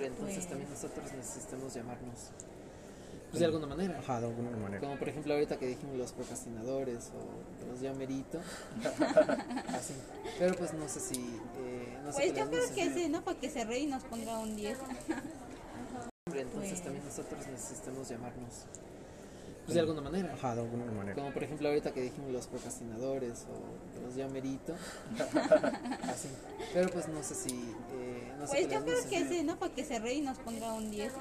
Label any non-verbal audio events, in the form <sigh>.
entonces Pues. también nosotros necesitamos llamarnos pues, de alguna manera. Ajá, de alguna manera. Como por ejemplo ahorita que dijimos los procrastinadores o los <laughs> llamerito. así. Pero pues no sé si... eh, no sé Pues qué yo les creo gusta. que sí, ¿no? Para que se rey y nos ponga un 10. Hombre, entonces Pues- también nosotros necesitamos llamarnos pues, de alguna manera. Ajá, de alguna manera. Como por ejemplo ahorita que dijimos los procrastinadores o los <laughs> llamerito. así. Pero pues no sé si... eh, no sé Pues qué les yo creo gusta. que sí, ¿no? Para que se rey y nos ponga un 10.